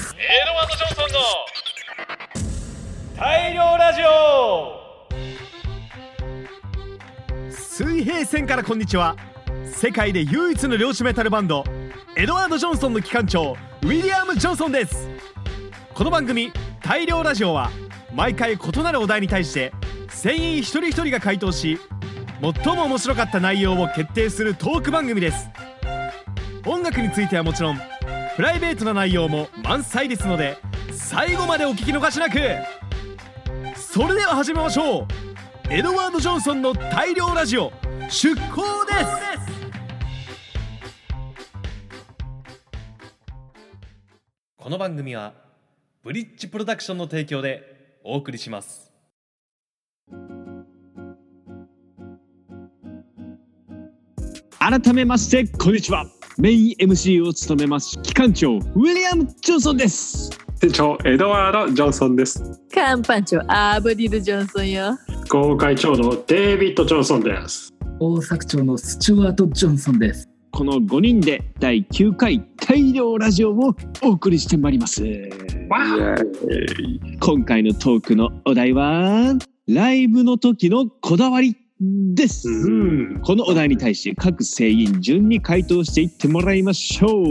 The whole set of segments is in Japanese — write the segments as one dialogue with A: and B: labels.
A: ート・ジョンソンの大量ラジオ
B: 水平線からこんにちは世界で唯一の漁師メタルバンドエドワード・ジョンソンの機関長ウィリアム・ジョンソンですこの番組「大量ラジオは」毎回異なるお題に対して船員一人一人が回答し最も面白かった内容を決定するトーク番組です音楽についてはもちろんプライベートな内容も満載ですので最後までお聞き逃しなくそれでは始めましょうエドワード・ジョンソンの大量ラジオ出航ですこの番組はブリッジプロダクションの提供でお送りします
C: 改めましてこんにちはメイン MC を務めます機関長ウィリアム・ジョンソンです
D: 店長エドワード・ジョンソンです
E: 看板長アーブリル・ジョンソンよ。
D: 合会長のデイビッド・ジョンソンです
F: 大阪町のスチュワート・ジョンソンです。
C: この5人で第9回大量ラジオをお送りしてまいります
D: わ
C: 今回のトークのお題はライブの時のこだわりです、
D: うん
C: このお題に対して各声員順に回答していってもらいましょう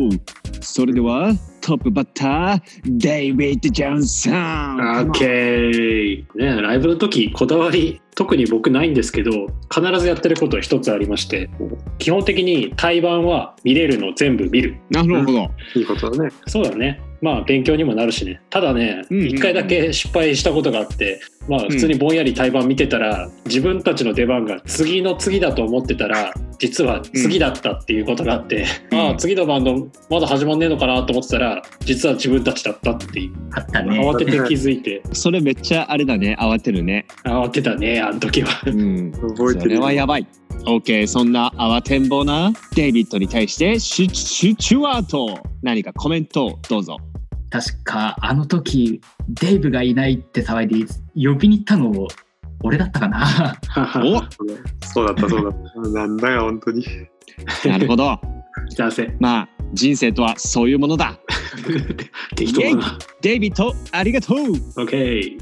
C: それではトップバッターデイビッド・ジョンソ
D: オ
C: ン
D: ッケーねライブの時こだわり特に僕ないんですけど必ずやってることは一つありまして基本的に対バンは見れるの全部見る
C: なるほど
G: いいことだね。
D: そうだねまあ勉強にもなるしねただね一、
C: うんうん
D: 回だけ失敗したことがあってまあ普通にぼんやり対バン見てたら、自分たちの出番が次の次だと思ってたら実は次だったっていうことがあって、
C: うん
D: ああ次のバンドまだ始まんねえのかなと思ってたら実は自分たちだったっていう、
F: あったね。
D: 慌てて気づいて
C: それめっちゃあれだね慌てるね
D: 慌てたねあの 時は
C: うん
G: 覚
C: そ
G: えて
C: れ
G: る。
C: はやばい OK そんな慌てんぼうなデイビッドに対してシュシュチュワート何かコメントをどうぞ
F: 確かあの時デイブがいないって騒いで呼びに行ったの俺だったかな。
C: お
G: そうだった、そうだった。なんだよ、本当に。
C: なるほど
D: 幸 せ
C: まあ人生とはそういうもの だ
D: 適当だな
C: デイビッドありがとう
D: OK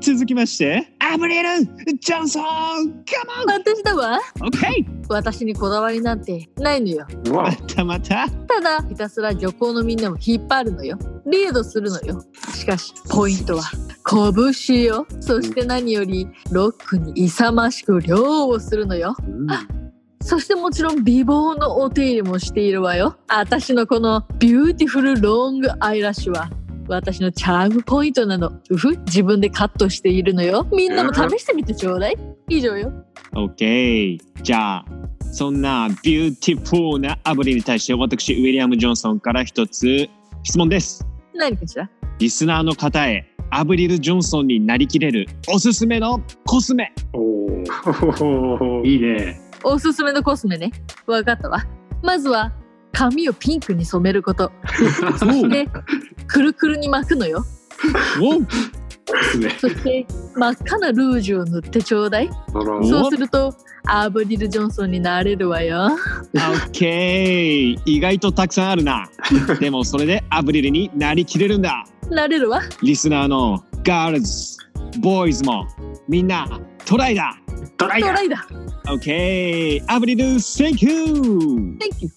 C: 続きましてアブリル・ジョンソン
E: 私だわ。
C: カモン OK
E: 私にこだわりなんてないのよ。
G: うわ
C: またまた
E: ただひたすら漁港のみんなを引っ張るのよ。リードするのよ。しかしポイントは拳よ。そして何よりロックに勇ましく漁をするのよ。
G: うん
E: そしてもちろん美貌のお手入れもしているわよ。私のこのビューティフルロングアイラッシュは私のチャームポイントなの。うふ、自分でカットしているのよ。みんなも試してみてちょうだい。以上よ。
C: OK じゃあそんなビューティフルなアブリルに対して私ウィリアム・ジョンソンから一つ質問です
E: 何かしら
C: リスナーの方へアブリル・ジョンソンになりきれるおすすめのコス メ
D: おー
G: おー
D: いいね
E: おすすめのコスメね。わかったわ。まずは髪をピンクに染めること。で、くるくるに巻くのよ。
C: お
D: ですね
E: そして真っ赤なルージュを塗ってちょうだい。
G: なるほど。
E: そうするとアーブリル・ジョンソンになれるわよ。
C: オッケー意外とたくさんある なでもそれでアブリルになりきれるんだ
E: なれるわ。
C: リスナーのガールズボーイズもみんなトライだ
D: ドライ
E: ド
D: ヤー
E: ライだ。
C: オッケーアブリル Thank you
E: Thank you.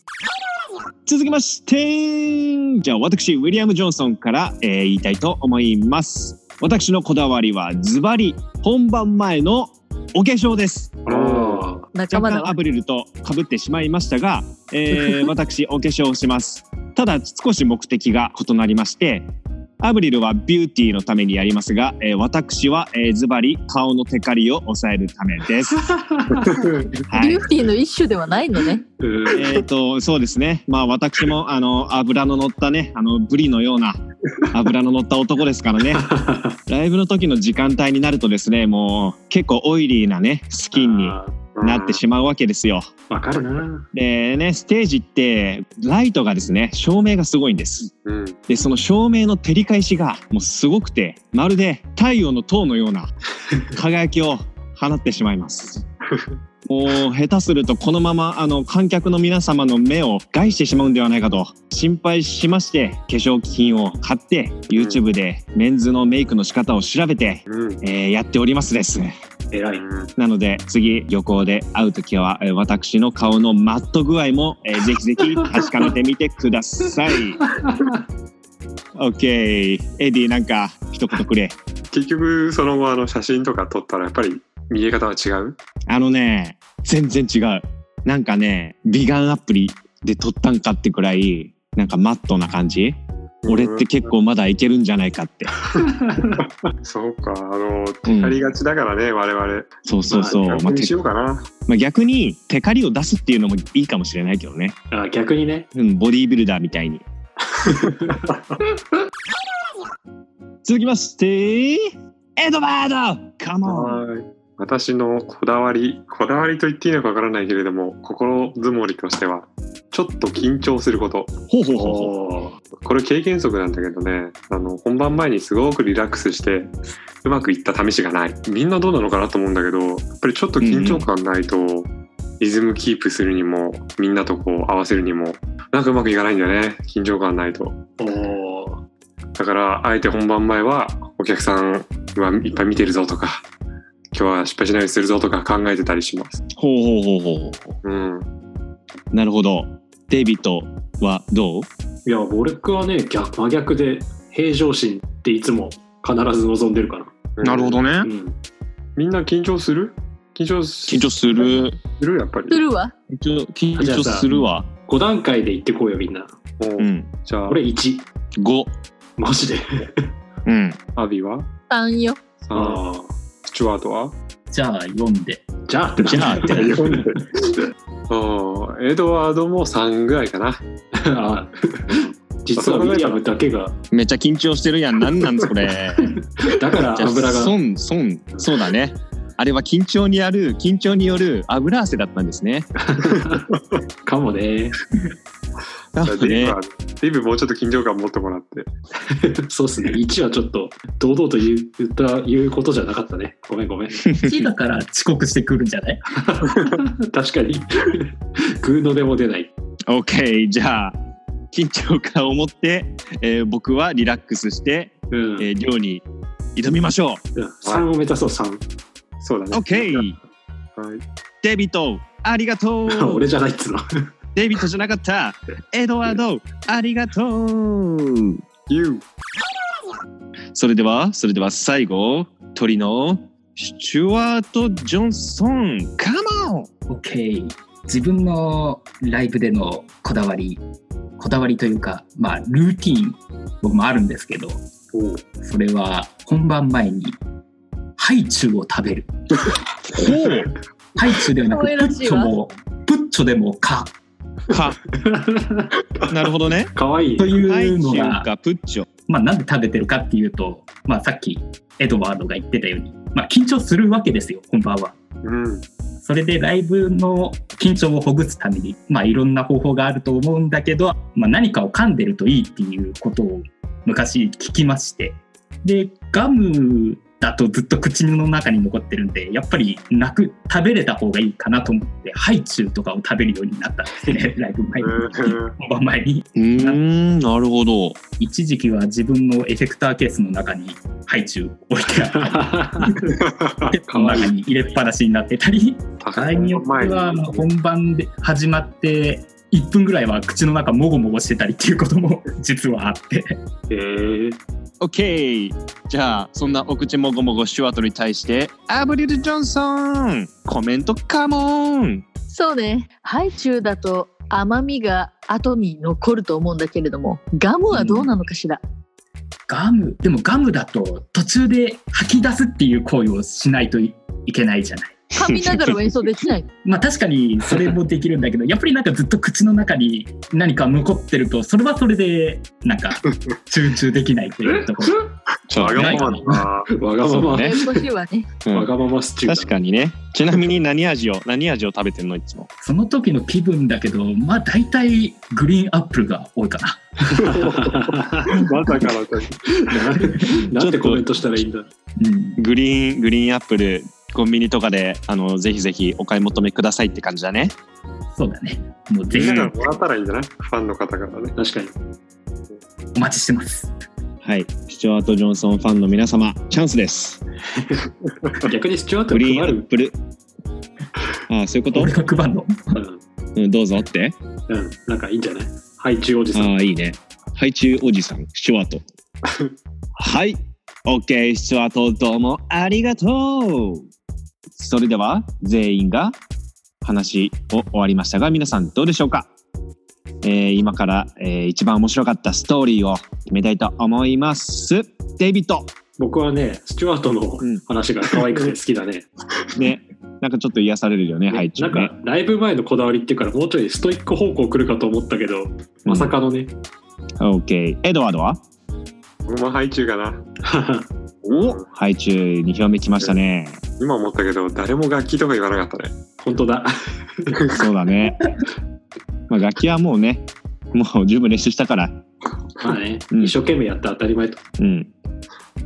C: 続きましてじゃあ私ウィリアム・ジョンソンから、えー言いたいと思います私のこだわりはズバリ本番前のお化粧です
D: おー
E: 仲間だ
C: 若干
E: わ
C: ア。ブリルと被ってしまいましたが、えー私お化粧をしますただ少し目的が異なりましてアブリルはビューティーのためにやりますが、えー私は、えーズバリ顔のテカリを抑えるためです、 は
E: ビ
C: い
E: ューティーの一種ではないのね。
D: うん
C: えっ、とそうですねまあ私もあの油の乗ったねあのブリのような油の乗った男です からねライブの時の時間帯になるとですねもう結構オイリーなねスキンに
D: あ
C: なってしまうわけですよ
D: ーわかるな
C: でねステージってライトがですね照明がすごいんです
G: うん。うん
C: でその照明の照り返しがもうすごくてまるで太陽の塔のような輝きを放ってしまいますもう下手するとこのままあの観客の皆様の目を害してしまうんではないかと心配しまして化粧品を買って YouTube でメンズのメイクの仕方を調べて、
G: うん。
C: えーやっておりますです
D: 偉い。
C: なので次旅行で会う時はえー私の顔のマット具合も、えーぜひぜ ひ確かめてみてください OK エディなんか一言くれ
G: 結局、その後、あの、写真とか撮ったら、やっぱり見え方は違う
C: あのね、全然違う。なんかね、美顔アプリで撮ったんかってくらい、なんかマットな感じ。俺って結構まだいけるんじゃないかって。
G: そうか、あの、
C: うん
G: テカりがちだからね、我々。
C: そうそうそう。
G: まあ
C: まあ、
G: 逆にしてようかな。
C: まあ逆に、テカリを出すっていうのもいいかもしれないけどね。
D: あ逆にね。
C: うん、ボディービルダーみた いに。続きまして、エドワードカモン
G: はーい。私のこだわり、こだわりと言っていいのかわからないけれども、心づもりとしては、ちょっと緊張すること。
C: ほうほうほうほう。
D: おー
G: これ経験則なんだけどね、あの、本番前にすごくリラックスして、うまくいった試しがない。みんなどうなのかなと思うんだけど、やっぱりちょっと緊張感ないと、リズムキープするにも、みんなとこう合わせるにも、なんかうまくいかないんだよね、緊張感ないと。
D: おー
G: だからあえて本番前はお客さんはいっぱい見てるぞとか今日は失敗しないようにするぞとか考えてたりします。
C: ほうほうほうほうほ
G: うん、
C: う。なるほど。デイビッドはどう
D: いや、僕はね、逆、真逆で、平常心っていつも必ず望んでるか
G: ど。
D: ら。う
C: ね。
D: ん。
G: みんな緊張する緊張す
C: 緊張する。
G: するやっぱり。
E: するわ
C: 緊張緊張するわ。
D: 5段階で行ってこうよ、みんな。
G: おう
C: うん。
G: じゃあ
D: 俺1。
C: 五。
D: マジで。
C: うん。
G: アビは
E: 3よ
G: さあ
D: ああ。
G: スチュワートは
F: じゃあ読んで
D: じゃあってな
C: じゃあってな
G: うんエドワードも3ぐらいかな。
D: あ 実はウィリアムだけが、
C: めっちゃ緊張してるやん。なんなんそれ。
D: だから油が。
C: 損損そうだね。あれは緊張にある緊張による油汗だったんですね。
D: かもね。
C: だ
G: じゃあデイブはデイブもうちょっと緊張感持ってもらって。
D: そうっすね。1はちょっと、堂々と言う言った、言うことじゃなかったね。ごめんごめん。
F: 1だから遅刻してくるんじゃない
D: 確かに。 グーのでも出ない。
C: オッケーじゃあ緊張感を持って、えー僕はリラックスして、
D: うん。
C: えー漁に挑みましょ
D: 3を目指そう、3。
G: そうだ
C: う。
G: ね。
C: オッケー
G: はい。
C: デイビッドありがとう。
D: 俺じゃないっつうの。
C: デイビッドじゃなかった。エドワードありがとう。
G: You!
C: それでは、それでは最後、鳥のスチュワート・ジョンソン、カモン
F: OK 自分のライブでのこだわりこだわりというかまあルーティーン僕もあるんですけどそれは本番前にハイチュウを食べるハイチュウではなく
E: 可
F: プ
E: 愛ら
F: ッ
E: しい
F: チョ
E: わ
F: もプッチョでもか
C: か、なるほどね。
D: かわいい
F: と。
C: ハ
F: い
C: イ
F: うの
C: チュ
F: が
C: ウかプッチョ。
F: まあ、なんで食べてるかっていうと、まあ、さっきエドワードが言ってたように、まあ、緊張するわけですよ本番は。
G: うん。
F: それでライブの緊張をほぐすために、まあ、いろんな方法があると思うんだけど、まあ、何かを噛んでるといいっていうことを昔聞きましてでガムだとずっと口の中に残ってるんでやっぱりなく食べれた方がいいかなと思ってハイチュウとかを食べるようになったんですねライブ前に本番前に。
C: うーん、なるほど。
F: 一時期は自分のエフェクターケースの中にハイチュウ置いてあったり、
D: かわいい
F: 中に入れっぱなしになってたり、場合によって
G: 前に
F: は本番で始まって1分ぐらいは口の中もごもごしてたりっていうことも 実はあって、
D: えー、
C: オッケーじゃあ、そんなお口もごもごシュワートに対して、アブリル・ジョンソンコメントカモン
E: そうねハイチュウだと甘みが後に残ると思うんだけれどもガムはどうなのかしら、
F: ガム、でもガムだと途中で吐き出すっていう行為をしないといけないじゃない。
E: 噛みながらも演奏できない
F: まあ確かにそれもできるんだけど、 やっぱりなんかずっと口の中に何か残ってると、それはそれでなんか集中できないというところ。
C: ちょ
G: わ
C: っと
G: が
C: ね
F: い
G: ままだな。
D: わがまま、
C: え
E: ややこしいわね
C: うん
D: わがままスチューだ
C: 確かにね。ちなみに何味を、何味を食べてんのいつも。
F: その時の気分だけど、まあ大体グリーンアップルが多いかな。
G: まさ かの時。
D: ななんてコメントしたらいいんだ。
F: うん。
C: グリーン、グリーンアップル、コンビニとかであのぜひぜひお買い求めくださいって感じだね
F: そうだね。もうぜ
G: み
F: ひ
G: んなからもらったらいいんじゃないファンの方からね。
D: 確かに。
F: お待ちしてます。
C: はいスチュワート・ジョンソンファンの皆様チャンスです
D: 逆にスチュワート
C: グ
D: に
C: リーン
D: 配
C: アッ
D: る。
C: プルああそういうこと
F: 俺、が配るの。
D: うん。
C: うん、どうぞって
D: うん。なんかいいんじゃない配置おじさん。
C: ああいいねハイチュウおじさんスチュワ ートはいオッケースチュワートどうもありがとうそれでは全員が話を終わりましたが皆さんどうでしょうか、えー今から、えー一番面白かったストーリーを決めたいと思いますデイビッド
D: 僕はね、スチュワートの
C: うん
D: 話が可愛くて好きだね。
C: ねなんかちょっと癒されるよねハイチ
D: な
C: ュ
D: ん
C: ウね
D: かライブ前のこだわりっていうからもうちょいストイック方向来るかと思ったけど、まさかのね。
C: オッケーエドワードは
G: 僕も配中か な。
C: おハイチュウ2票目きましたね
G: 今思ったけど、誰も楽器とか言わなかったね。
D: 本当だ。
C: そうだ ね。まあ、楽器はもうね、もう十分練習したから。
D: まあ ね、
C: うん
D: 一生懸命やって当たり前と。
C: うん。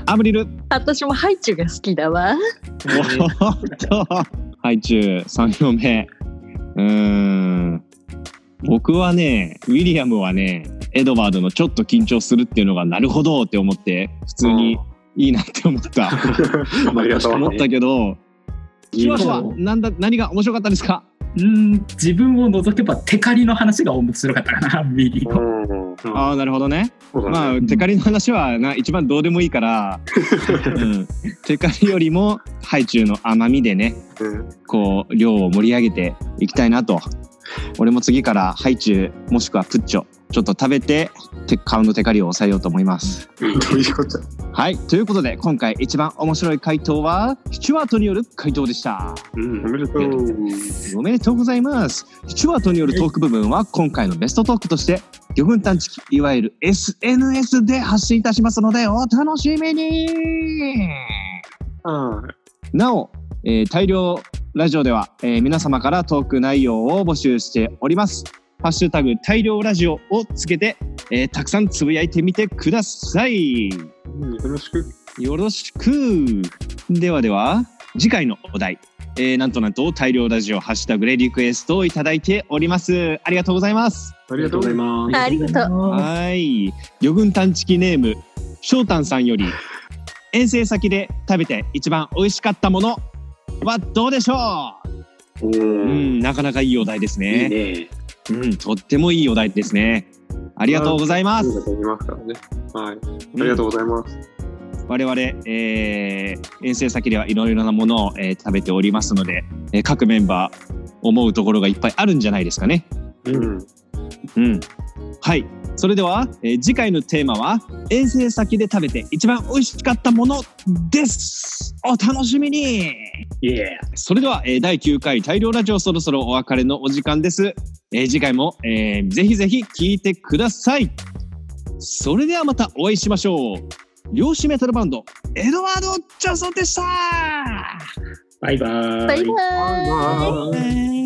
C: アブリル。
E: 私もハイチュウが好きだわ。
C: おっと。ハイチュウ3票目。うーん。僕はね、ウィリアムはね、エドワードのちょっと緊張するっていうのがなるほどって思って、普通にいいなって思 った。
G: ありがとう
D: 確かに
C: 思
D: ね
C: ったけど、
D: いい
C: キワ
D: ね
C: シはなんだ何が面白かったですか
F: うん、自分を除けばテカリの話が面白かったかな、ミリ
G: う
F: の。
G: ん。
D: うん
C: ああ、なるほどね。
G: そうだね。
C: まあ、テカリの話はな一番どうでもいい から、うん、テカリよりもハイチュウの甘みでね
G: うん
C: こう量を盛り上げていきたいなと俺も次からハイチュウもしくはプッチョちょっと食べてテカウンドテカリを抑えようと思います。
G: どういうこと
C: はいということで今回一番面白い回答はスチュワートによる回答でした。
D: うん
G: おめでとう。
C: おめでとうございます。スチュワートによるトーク部分は今回のベストトークとして、魚群探知機、いわゆる SNS で発信いたしますので、お楽しみに
G: あ
C: なお、えー大量ラジオでは、えー皆様からトーク内容を募集しております。ハッシュタグ大量ラジオをつけて、えーたくさんつぶやいてみてください。
G: うんよろしく。
C: よろしくではでは次回のお題、えーなんとなんと大量ラジオハッシュタグでリクエストをいただいておりますありがとうございます
G: あ
D: あ
G: り
D: り
G: が
D: が
G: と
D: と
G: う
D: う
G: ご
D: ござ
G: ざい
D: い
G: ま
D: ます。
E: ありがとう。
C: はい魚群探知機ネーム翔太さんより遠征先で食べて一番美味しかったものはどうでしょ
G: す。お
C: う、う
G: ー
C: ん、なかなかいいお題です
D: いい
C: ね
D: ね。
C: うん、とってもいいお題ですねありがとうございま
G: あり
C: す、
G: がとうございますからね。はい。ありがとうございます。
C: 我々、えー遠征先ではいろいろなものを、えー食べておりますので、えー各メンバー思うところがいっぱいあるんじゃないですかね。
G: うん。
C: うん、はいそれでは、えー次回のテーマは遠征先で食べて一番美味しかったものですお楽しみに
D: イエ
C: それでは、えー第9回大量ラジオそろそろお別れのお時間です、えー次回も、えーぜひぜひ聞いてくださいそれではまたお会いしましょう漁師メタルバンドエドワード・ジャソンでした
D: ーバイバーイ。
E: バイバイ。
G: あー
C: バイ